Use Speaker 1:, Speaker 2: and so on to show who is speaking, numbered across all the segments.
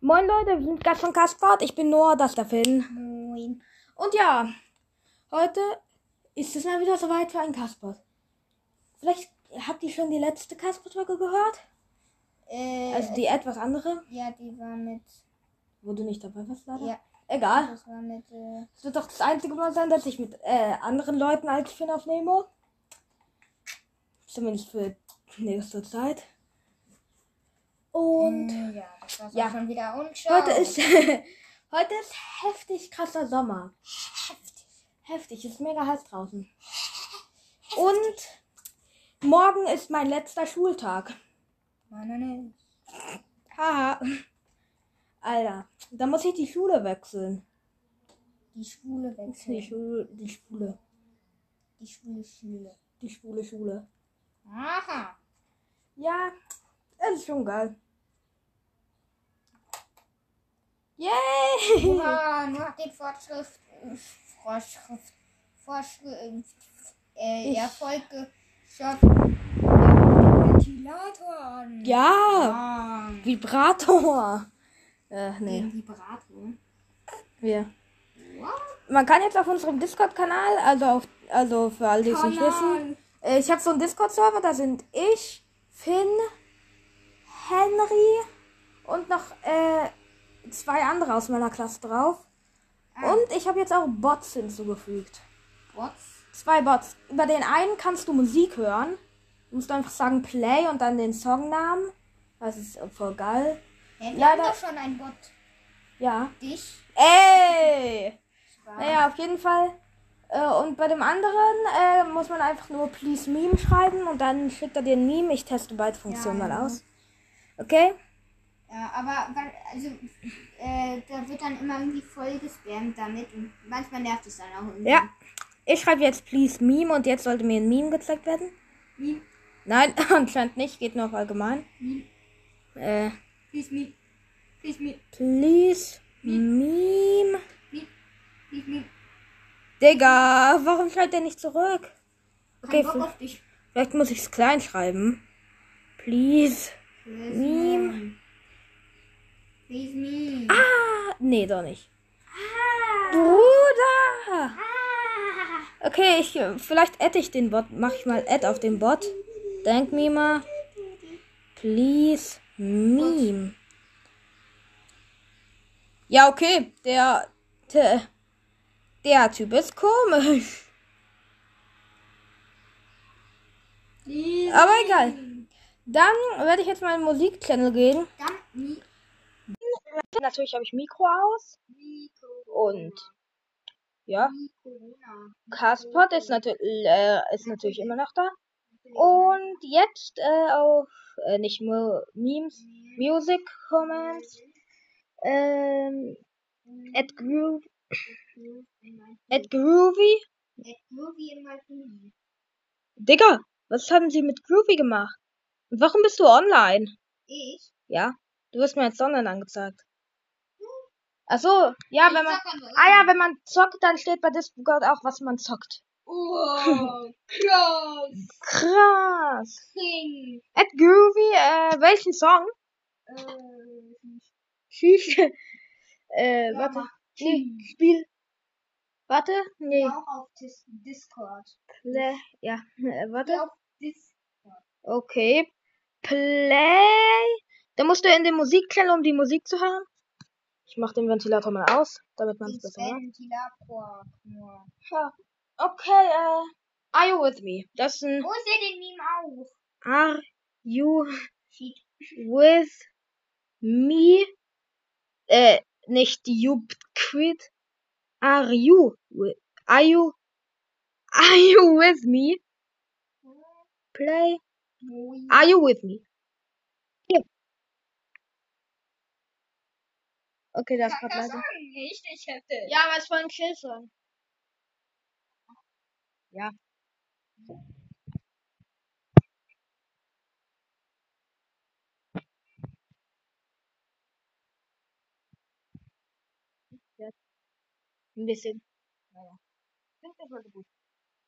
Speaker 1: Moin Leute, wir sind gerade von Kaspart. Ich bin Noah, das ist der Finn.
Speaker 2: Moin.
Speaker 1: Und ja, heute ist es mal wieder soweit für einen Kaspart. Vielleicht habt ihr schon die letzte Kaspart-Folge gehört.
Speaker 2: Äh,
Speaker 1: Also die etwas andere,
Speaker 2: ja, die war mit.
Speaker 1: wo du nicht dabei warst, leider.
Speaker 2: Ja,
Speaker 1: Egal.
Speaker 2: das war mit. Äh,
Speaker 1: Es wird doch das einzige Mal sein, dass ich mit äh, anderen Leuten als Finn aufnehme. Zumindest für nächste Zeit. Und
Speaker 2: äh, ja, das war's
Speaker 1: ja.
Speaker 2: auch schon wieder. Und ciao.
Speaker 1: Heute ist, heute ist heftig krasser Sommer. Heftig, ist mega heiß draußen. Und morgen ist mein letzter Schultag.
Speaker 2: Meiner nicht.
Speaker 1: Haha. Alter, da muss ich die Schule wechseln.
Speaker 2: Die Schule
Speaker 1: Die
Speaker 2: wechselt.
Speaker 1: Schule, die Schule,
Speaker 2: Die Schule Schule.
Speaker 1: die Schule, Schule.
Speaker 2: Aha.
Speaker 1: Ja, das ist schon geil. Yay!
Speaker 2: Hurra, nur nach den Vorschrift. äh, Vorschrift. Vorschrift. Äh,
Speaker 1: Ich-
Speaker 2: Erfolg geschafft. Ventilator an.
Speaker 1: Ja,
Speaker 2: Ah,
Speaker 1: Vibrator. Äh, nee,
Speaker 2: den Vibrator.
Speaker 1: wir.
Speaker 2: Wow.
Speaker 1: Man kann jetzt auf unserem Discord-Kanal, also auf, also für alle, die es nicht wissen, äh, ich habe so einen Discord-Server, da sind ich, Finn, Henry und noch äh, zwei andere aus meiner Klasse drauf. Und ich habe jetzt auch Bots hinzugefügt.
Speaker 2: What's?
Speaker 1: Zwei Bots. Über den einen kannst du Musik hören. Du musst einfach sagen Play und dann den Songnamen. Das ist voll geil.
Speaker 2: Ja, wir
Speaker 1: Leider-
Speaker 2: haben doch schon ein Bot.
Speaker 1: Ja.
Speaker 2: Dich.
Speaker 1: Ey!
Speaker 2: Schwarz.
Speaker 1: Naja, auf jeden Fall. Äh, und bei dem anderen äh, muss man einfach nur Please Meme schreiben und dann schickt er dir ein Meme. Ich teste beide Funktionen
Speaker 2: Ja,
Speaker 1: mal
Speaker 2: ja.
Speaker 1: aus. Okay?
Speaker 2: Ja, aber weil- also, äh, da wird dann immer irgendwie voll gespammt damit und manchmal nervt es dann auch irgendwie.
Speaker 1: Ja. Ich schreibe jetzt Please Meme und jetzt sollte mir ein Meme gezeigt werden.
Speaker 2: Meme,
Speaker 1: Nein, anscheinend nicht. Geht nur auf allgemein.
Speaker 2: Meme,
Speaker 1: Äh,
Speaker 2: please Meme, please Meme,
Speaker 1: please Meme.
Speaker 2: Meme, please Meme.
Speaker 1: Digga, warum schreibt er nicht zurück?
Speaker 2: Kein
Speaker 1: Okay,
Speaker 2: Bock
Speaker 1: fünf.
Speaker 2: auf dich.
Speaker 1: Vielleicht muss ich es klein schreiben. Please.
Speaker 2: Please
Speaker 1: Meme.
Speaker 2: Please Meme.
Speaker 1: Ah, nee, doch nicht. Ah. Bruder! Okay, ich, vielleicht add ich den Bot. Mach ich mal add auf den Bot. Denk mir mal. Please meme. Ja, okay. Der, der, der Typ ist komisch.
Speaker 2: Please.
Speaker 1: Aber egal. Dann werde ich jetzt mal in den Musikchannel gehen.
Speaker 2: Dann Meme.
Speaker 1: Natürlich habe ich Mikro aus.
Speaker 2: Wie Corona.
Speaker 1: Und ja,
Speaker 2: Wie Corona.
Speaker 1: Caspot ist, natür äh, ist natürlich immer noch da. Und jetzt äh, auf äh, nicht nur Memes, Music Comments, ähm, at, Gro at Groovy.
Speaker 2: Nur wie in meinem
Speaker 1: Digga, was haben sie mit Groovy gemacht? Und warum bist du online?
Speaker 2: Ich?
Speaker 1: Ja, du wirst mir als online angezeigt. Ach so, ja,
Speaker 2: Ich
Speaker 1: wenn man.
Speaker 2: sag aber immer-
Speaker 1: Ah ja, wenn man zockt, dann steht bei Discord auch, was man zockt.
Speaker 2: Oh, krass.
Speaker 1: Krass.
Speaker 2: Kring.
Speaker 1: At Groovy, äh, welchen Song?
Speaker 2: Äh,
Speaker 1: Schieß. äh,
Speaker 2: Ja,
Speaker 1: warte.
Speaker 2: mach.
Speaker 1: Nee, Spiel. Warte. Nee.
Speaker 2: auch auf Dis Discord.
Speaker 1: Play. Ja, äh, warte.
Speaker 2: Geh auf Dis
Speaker 1: Okay. Play. Da musst du in den Musikchannel, um die Musik zu hören. Ich mach den Ventilator mal aus, damit man es
Speaker 2: Dis
Speaker 1: besser hört.
Speaker 2: Ventilator. Nur.
Speaker 1: Ja. Okay, äh. Are you with me? Das ist ein
Speaker 2: Wo ist er denn Meme auch?
Speaker 1: Are you
Speaker 2: Shit.
Speaker 1: with me? Äh, nicht you quit. Are you? wi- Are you? Are you with me? Play.
Speaker 2: Moin.
Speaker 1: Are you with me? Okay, das war leider.
Speaker 2: nicht, ich hätte.
Speaker 1: Ja, aber es war ein Killsong. Ja. Ja. Ein bisschen. Naja. Klingt das heute gut.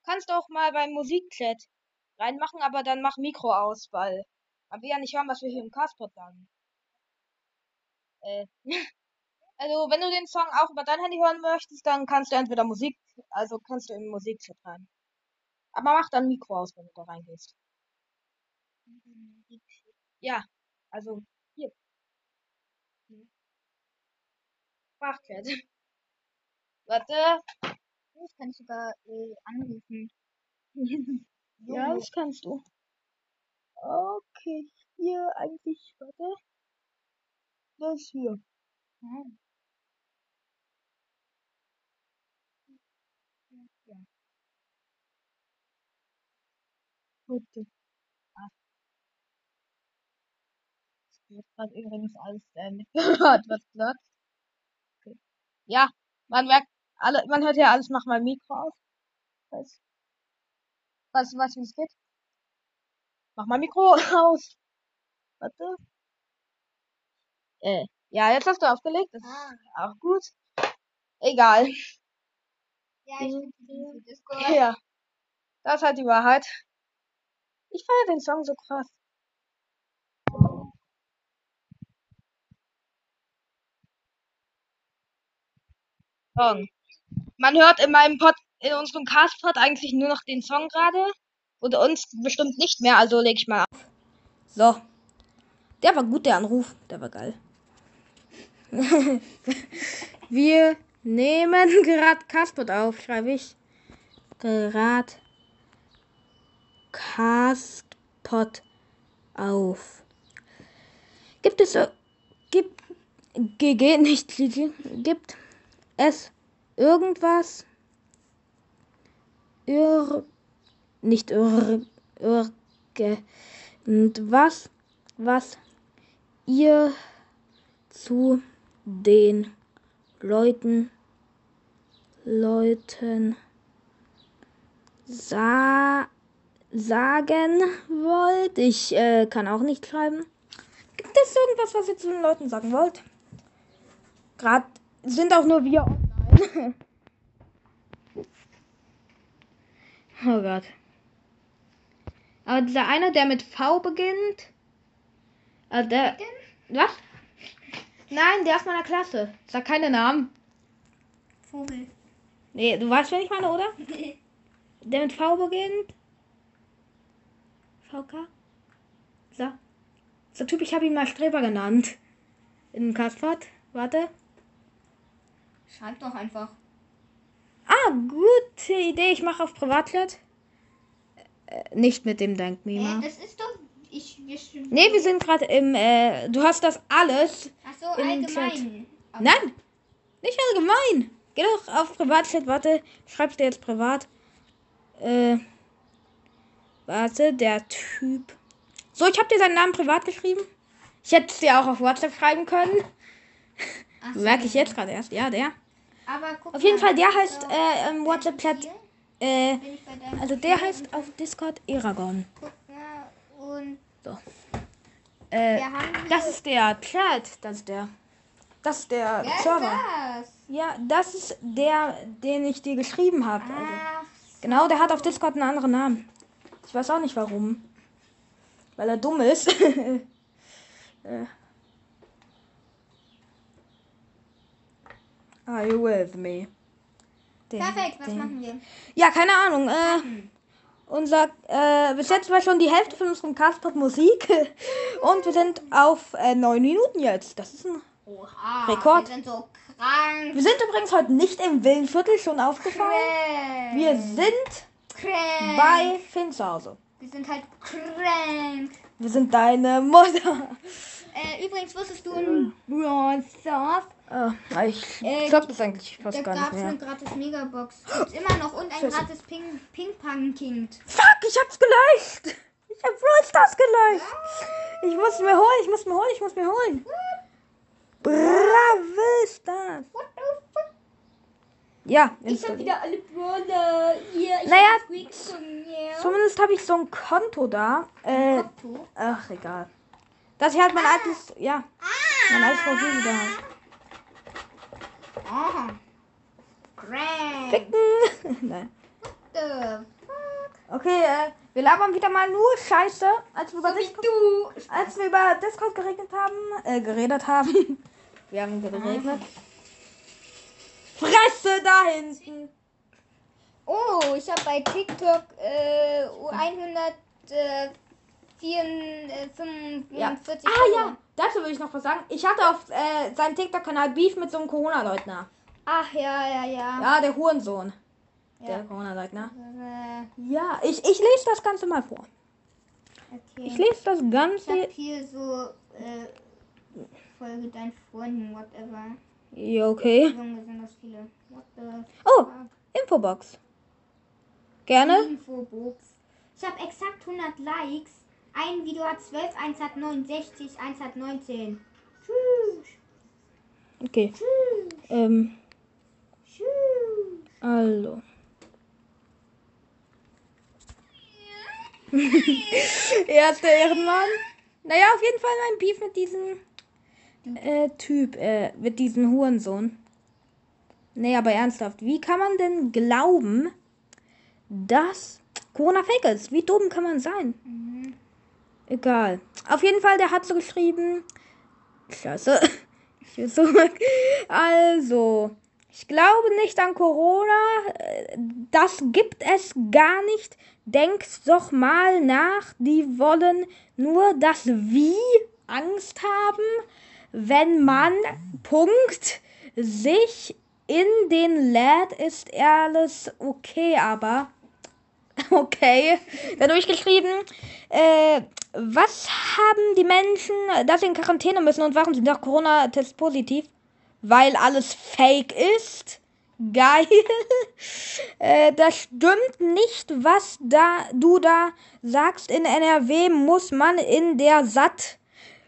Speaker 1: Kannst auch mal beim Musikchat reinmachen, aber dann mach Mikro aus, weil man will ja nicht hören, was wir hier im Castpod sagen. Äh, also, wenn du den Song auch über dein Handy hören möchtest, dann kannst du entweder Musik, also kannst du in Musikchat rein. Aber mach dann Mikro aus, wenn du da reingehst. Ja, also hier. Hm. Sprachchat. Warte.
Speaker 2: Ich kann sogar äh, anrufen.
Speaker 1: Ja, das kannst du. Okay, hier eigentlich, warte. Das hier. Hm. Ja. Gute. Ah. Ich habe übrigens alles äh, mitgehört, was du sagst. Okay. Ja, man merkt, alle, man hört ja alles nach meinem Mikro aus. Weißt weißt du, weißt du, wie es geht? Mach mein Mikro aus. Warte. Äh, ja, jetzt hast du aufgelegt. Das ist auch gut. Egal.
Speaker 2: Ja, ich bin für Discord.
Speaker 1: Ja. Das ist halt die Wahrheit. Ich feier den Song so krass. Song. Man hört in meinem Pod, in unserem Castpod eigentlich nur noch den Song gerade. Und uns bestimmt nicht mehr, also leg ich mal ab. So. Der war gut, der Anruf. Der war geil. Wir nehmen gerade Castpod auf, schreibe ich. Gerade Castpod auf. Gibt es. ir- Gibt. GG, nicht GG. Gibt es irgendwas? Irr. Nicht irr. Irgendwas, was ihr zu den Leuten. Leuten. Sa sagen wollt. Ich äh, kann auch nicht schreiben. Gibt es irgendwas, was ihr zu den Leuten sagen wollt? Gerade sind auch nur wir online. oh Gott. Aber dieser eine, der mit V beginnt. Also der. Was? Nein, der aus meiner Klasse. Sag keine Namen.
Speaker 2: Vogel.
Speaker 1: Nee, du weißt, wen ich meine, oder? Der mit V beginnt. VK? So. So Typ, ich habe ihn mal Streber genannt. In Kaspert. Warte.
Speaker 2: Schreib doch einfach.
Speaker 1: Ah, gute Idee. Ich mache auf Privatchat. Äh, nicht mit dem Denkmima.
Speaker 2: Äh, das ist doch. Ich. Wir sch-
Speaker 1: Nee, wir sind gerade im. Äh, du hast das alles.
Speaker 2: Ach so,
Speaker 1: Im
Speaker 2: allgemein. Aber-
Speaker 1: Nein! Nicht allgemein! Geh doch auf Privatchat. Warte, ich schreib's dir jetzt privat. Äh. Warte, der Typ. So, ich habe dir seinen Namen privat geschrieben. Ich hätte es dir auch auf WhatsApp schreiben können.
Speaker 2: Ach so.
Speaker 1: Merke ich jetzt gerade erst. Ja, der.
Speaker 2: Aber guck
Speaker 1: Auf jeden
Speaker 2: mal,
Speaker 1: Fall, der heißt
Speaker 2: so,
Speaker 1: äh, im WhatsApp-Chat.
Speaker 2: hier
Speaker 1: Äh,
Speaker 2: bin ich bei deinem
Speaker 1: also der
Speaker 2: Profil
Speaker 1: heißt auf Discord Eragon.
Speaker 2: und Guck mal, und
Speaker 1: Äh,
Speaker 2: wir haben hier.
Speaker 1: das ist der Chat. Das ist der. Das ist der
Speaker 2: Wer ist
Speaker 1: Server.
Speaker 2: das?
Speaker 1: Ja, das ist der, den ich dir geschrieben habe. Also.
Speaker 2: Ach,
Speaker 1: Genau, der hat auf Discord einen anderen Namen. Ich weiß auch nicht warum. Weil er dumm ist. Äh. Are you with me? Den-
Speaker 2: perfekt, was
Speaker 1: den-
Speaker 2: machen wir?
Speaker 1: Ja, keine Ahnung. Äh, unser, äh, bis jetzt war schon die Hälfte von unserem Castpod Musik. Und wir sind auf äh, neun Minuten jetzt. Das ist ein
Speaker 2: Oha,
Speaker 1: Rekord.
Speaker 2: wir sind so krank.
Speaker 1: wir sind übrigens heute nicht im Villenviertel schon aufgefallen.
Speaker 2: Krank.
Speaker 1: Wir sind
Speaker 2: krank.
Speaker 1: bei Finn zu Hause.
Speaker 2: Wir sind halt krank.
Speaker 1: Wir sind deine Mutter.
Speaker 2: Äh, übrigens wusstest du in
Speaker 1: Brawl Stars. Äh, ich
Speaker 2: Äh,
Speaker 1: glaube das eigentlich
Speaker 2: da
Speaker 1: fast gar
Speaker 2: gab
Speaker 1: nicht
Speaker 2: es
Speaker 1: mehr.
Speaker 2: eine gratis Megabox. Gibt's immer noch und ein
Speaker 1: Scheiße.
Speaker 2: gratis Ping Ping Pong King.
Speaker 1: Fuck, ich hab's gelöscht. Ich hab Brawl Stars gelöscht. Ich muss mir holen, ich muss mir holen, ich muss mir holen. Brawl Stars.
Speaker 2: What the fuck?
Speaker 1: Ja,
Speaker 2: Ich hab
Speaker 1: installiert.
Speaker 2: wieder alle Brawler. Hier, ich
Speaker 1: Naja,
Speaker 2: hab Squeaks von mir.
Speaker 1: Zumindest habe ich so ein Konto da. Äh,
Speaker 2: Kopftuch.
Speaker 1: ach, egal. Dass ich halt
Speaker 2: Ah.
Speaker 1: mein altes, ja, mein altes Profil wieder habe.
Speaker 2: Aha. Crank.
Speaker 1: Ficken. Nein.
Speaker 2: the
Speaker 1: Okay, äh, wir labern wieder mal nur Scheiße, als wir über
Speaker 2: So
Speaker 1: dich
Speaker 2: wie du.
Speaker 1: Als wir über Discord geredet haben, äh, geredet haben, Wir haben geregnet. Fresse da hinten!
Speaker 3: Oh, ich habe bei TikTok äh, 145.
Speaker 1: Ja. Ah ja, dazu will ich noch was sagen. Ich hatte auf äh, seinem TikTok-Kanal Beef mit so einem Corona-Leugner.
Speaker 3: Ach ja, ja, ja.
Speaker 1: Ja, der Hurensohn.
Speaker 3: Ja.
Speaker 1: Der Corona-Leugner.
Speaker 3: Äh,
Speaker 1: Ja, ich, ich lese das Ganze mal vor.
Speaker 2: Okay.
Speaker 1: Ich lese das
Speaker 2: Ich hab
Speaker 1: Ganze.
Speaker 2: hier so äh, Folge deinen Freunden, whatever.
Speaker 1: Ja, okay.
Speaker 2: Junge, sind das viele. What the
Speaker 1: Oh, Infobox.
Speaker 3: Ne?
Speaker 1: Gerne?
Speaker 2: Infobox. Ich habe exakt 100 Likes. Ein Video hat 12, eins hat 69, eins hat 19. Tschüss.
Speaker 1: Okay.
Speaker 2: Tschüss.
Speaker 1: Ähm,
Speaker 2: Tschüss.
Speaker 1: also. Erster Ehrenmann. Naja, auf jeden Fall mein Beef mit diesem äh, Typ, äh, mit diesem Hurensohn. Nee, aber ernsthaft, wie kann man denn glauben, dass Corona fake ist? Wie dumm kann man sein? Egal. Auf jeden Fall, der hat so geschrieben. Klasse. Ich will zurück. Also, ich glaube nicht an Corona. Äh, Das gibt es gar nicht. Denkt doch mal nach. Die wollen nur, dass wir Angst haben, wenn man Punkt sich in den lädt, ist alles okay, aber Okay. Dadurch geschrieben, äh, was haben die Menschen, äh, dass sie in Quarantäne müssen und warum sind nach Corona-Test positiv? Weil alles fake ist. Geil. Äh, das stimmt nicht, was da du da sagst. In NRW muss man in der SAT.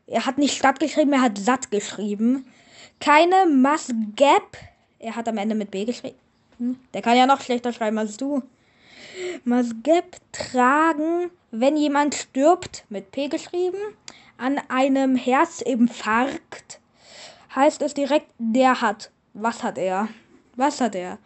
Speaker 1: Er hat nicht Stadt geschrieben, er hat SAT geschrieben. Keine Mass-Gap. Er hat am Ende mit B geschrieben. Hm, Der kann ja noch schlechter schreiben als du. Masgeb tragen, wenn jemand stirbt, mit P geschrieben, an einem Herzinfarkt, heißt es direkt, der hat. Was hat er? Was hat er?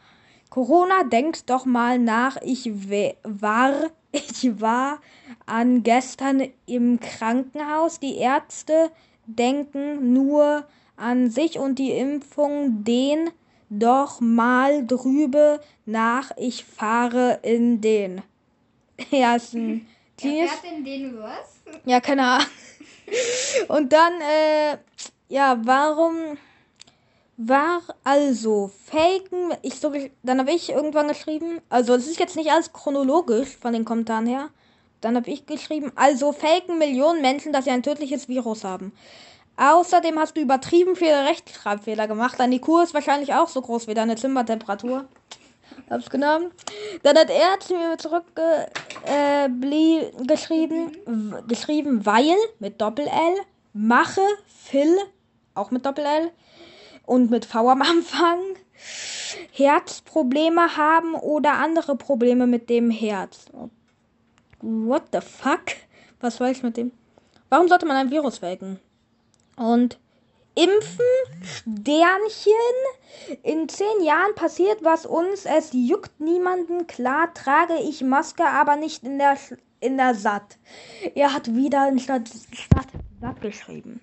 Speaker 1: Corona, denkt doch mal nach. Ich we- war, ich war an gestern im Krankenhaus. Die Ärzte denken nur an sich und die Impfung. Den doch mal drüber nach. Ich fahre in den. Ja, ist ein
Speaker 2: Wer
Speaker 1: Genius.
Speaker 2: fährt denn den was?
Speaker 1: Ja, keine Ahnung. Und dann, äh, ja, warum war also faken? Ich so, gesch- dann habe ich irgendwann geschrieben, also es ist jetzt nicht alles chronologisch von den Kommentaren her. Dann habe ich geschrieben, also faken Millionen Menschen, dass sie ein tödliches Virus haben. Außerdem hast du übertrieben viele Rechtschreibfehler gemacht. Deine Kur ist wahrscheinlich auch so groß wie deine Zimmertemperatur. Hab's genommen. Dann hat er zu mir zurückgeschrieben, äh, blie- geschrieben, w- geschrieben, weil mit Doppel-L, mache, Phil, auch mit Doppel-L und mit V am Anfang, Herzprobleme haben oder andere Probleme mit dem Herz. What the fuck? Was soll ich mit dem? Warum sollte man ein Virus wecken? Und impfen, Sternchen. In zehn Jahren passiert was uns. Es juckt niemanden. Klar trage ich Maske, aber nicht in der, Sch- in der Satt. Er hat wieder in Stadt, Stadt Satt geschrieben.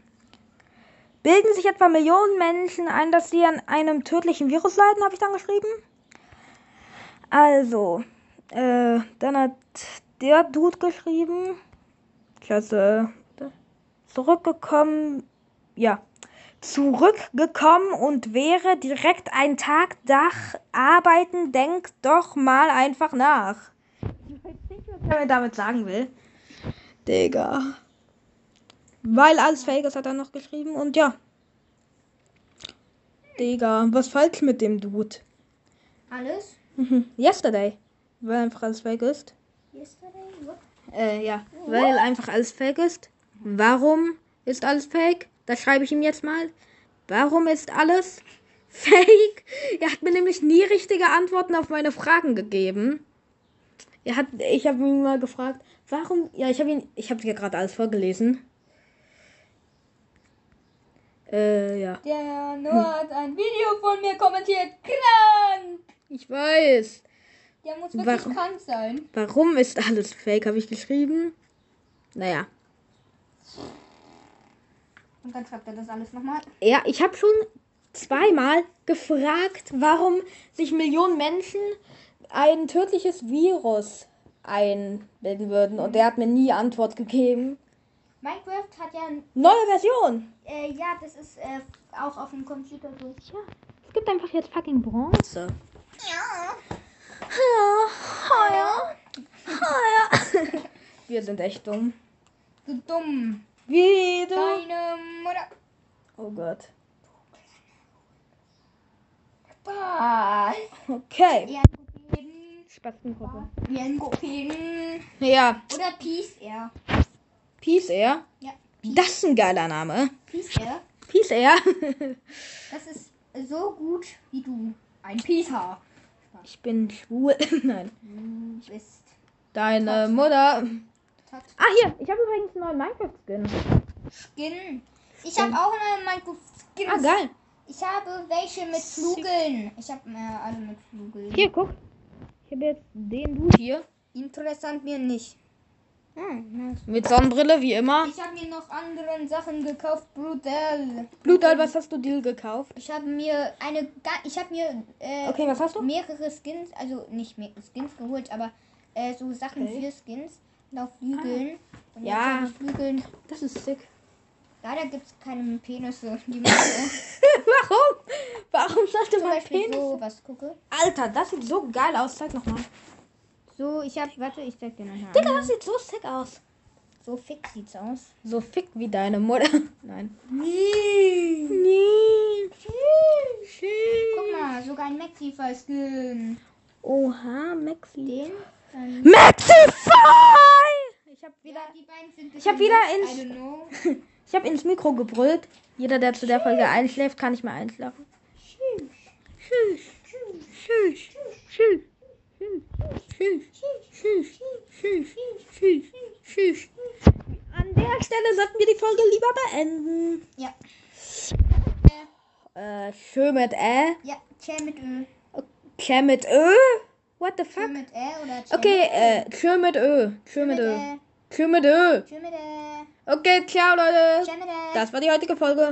Speaker 1: Bilden sich etwa Millionen Menschen ein, dass sie an einem tödlichen Virus leiden, habe ich dann geschrieben. Also, äh, dann hat der Dude geschrieben. Klasse. Zurückgekommen ja, zurückgekommen und wäre direkt ein Tag nach Arbeiten, denk doch mal einfach nach. Ich weiß nicht, was er damit sagen will. Digga. Weil alles fake ist, hat er noch geschrieben und ja. Digga, was falsch mit dem Dude?
Speaker 2: Alles?
Speaker 1: Mhm. Yesterday. Weil einfach alles fake ist.
Speaker 2: Yesterday? What?
Speaker 1: Äh, ja. Weil einfach alles fake ist. Warum ist alles fake? Das schreibe ich ihm jetzt mal. Warum ist alles fake? Er hat mir nämlich nie richtige Antworten auf meine Fragen gegeben. Er hat, ich habe ihn mal gefragt, warum. Ja, ich habe ihn, ich habe dir gerade alles vorgelesen. Äh, ja.
Speaker 3: Der Noah
Speaker 2: Hm.
Speaker 3: hat ein Video von mir kommentiert. Krank!
Speaker 1: Ich weiß.
Speaker 3: Der muss wirklich
Speaker 1: Warum?
Speaker 3: krank sein.
Speaker 1: Warum ist alles fake, habe ich geschrieben. Naja.
Speaker 3: Und dann schreibt er das alles nochmal.
Speaker 1: Ja, ich habe schon zweimal gefragt, warum sich Millionen Menschen ein tödliches Virus einbilden würden. Und der hat mir nie Antwort gegeben.
Speaker 2: Minecraft hat ja, ein-
Speaker 1: Neue Version!
Speaker 2: äh, ja, das ist äh, auch auf dem Computer so.
Speaker 1: Es gibt einfach jetzt fucking Bronze.
Speaker 2: Ja.
Speaker 3: Ah
Speaker 1: Ja, ja, ja. Wir sind echt dumm.
Speaker 3: Du dumm.
Speaker 1: Wie dumm.
Speaker 3: Deine Mutter.
Speaker 1: Oh Gott.
Speaker 3: Bah.
Speaker 1: Okay.
Speaker 2: Eher Kopien.
Speaker 1: Spastengruppe.
Speaker 2: Kopien.
Speaker 1: Ja,
Speaker 2: Oder Peace Air.
Speaker 1: Peace Air.
Speaker 2: Ja.
Speaker 1: Das ist ein geiler Name.
Speaker 2: Peace Air.
Speaker 1: Peace Air.
Speaker 2: Das ist so gut wie du
Speaker 3: Ein Peter.
Speaker 1: Ich bin schwul. Nein.
Speaker 2: bist.
Speaker 1: Deine Mutter.
Speaker 2: Tot.
Speaker 1: Ah, hier. Ich habe übrigens einen neuen Minecraft-Skin.
Speaker 2: Skin. Ich habe auch eine Minecraft-Skin.
Speaker 1: Ah, geil.
Speaker 2: Ich habe welche mit Flügeln. Ich habe äh, alle mit Flügeln.
Speaker 1: Hier, guck. Ich habe jetzt den du hier.
Speaker 2: Interessant mir nicht.
Speaker 1: Ah, Mit Sonnenbrille, wie immer.
Speaker 2: Ich habe mir noch andere Sachen gekauft, brutal.
Speaker 1: Blutal, was hast du dir gekauft?
Speaker 2: Ich habe mir eine, ga- ich habe mir äh,
Speaker 1: Okay, was hast du?
Speaker 2: mehrere Skins, also nicht mehrere Skins geholt, aber äh, so Sachen
Speaker 1: Okay. Ah.
Speaker 2: für Skins und auf Flügeln. Und
Speaker 1: Ja.
Speaker 2: jetzt hab ich Flügeln.
Speaker 1: Das ist sick.
Speaker 2: Leider gibt es keine Penisse, die man so,
Speaker 1: Warum? Warum sollte
Speaker 2: zum
Speaker 1: man
Speaker 2: Beispiel
Speaker 1: Penis?
Speaker 2: so was gucke.
Speaker 1: Alter, das sieht so geil aus. Zeig nochmal.
Speaker 2: So, ich habe, warte, ich zeig dir nochmal.
Speaker 1: Digga, das sieht so sick aus.
Speaker 2: So fix sieht's aus.
Speaker 1: So fick wie deine Mutter. Nein.
Speaker 2: Nee.
Speaker 1: Nee.
Speaker 2: Guck mal, sogar ein Maxify-Skin.
Speaker 1: Oha, Maxi.
Speaker 2: Den? Dann
Speaker 1: Maxify! Ich habe wieder,
Speaker 2: wieder, die beiden sind
Speaker 1: Ich hab wieder
Speaker 2: ins...
Speaker 1: ins-
Speaker 2: I don't know.
Speaker 1: ich hab ins Mikro gebrüllt. Jeder, der zu der Folge einschläft, kann nicht mehr einschlafen. Tschüss. Tschüss. Tschüss. Tschüss. Tschüss. Tschüss. Tschüss. Tschüss. An der Stelle sollten wir die Folge lieber beenden.
Speaker 2: Ja.
Speaker 1: Äh, schön mit Ä.
Speaker 2: Ja, Chair mit Ö.
Speaker 1: Tschö mit Ö. What the
Speaker 2: Chair
Speaker 1: fuck?
Speaker 2: mit Ä oder Chair
Speaker 1: Okay, äh, tschö mit Ö. Tschö
Speaker 2: mit
Speaker 1: mit Ö.
Speaker 2: Ä.
Speaker 1: Tschö mit äh? Ö.
Speaker 2: Chair mit Ä.
Speaker 1: Okay, ciao, Leute.
Speaker 2: Chair mit Ä.
Speaker 1: Das war die heutige Folge.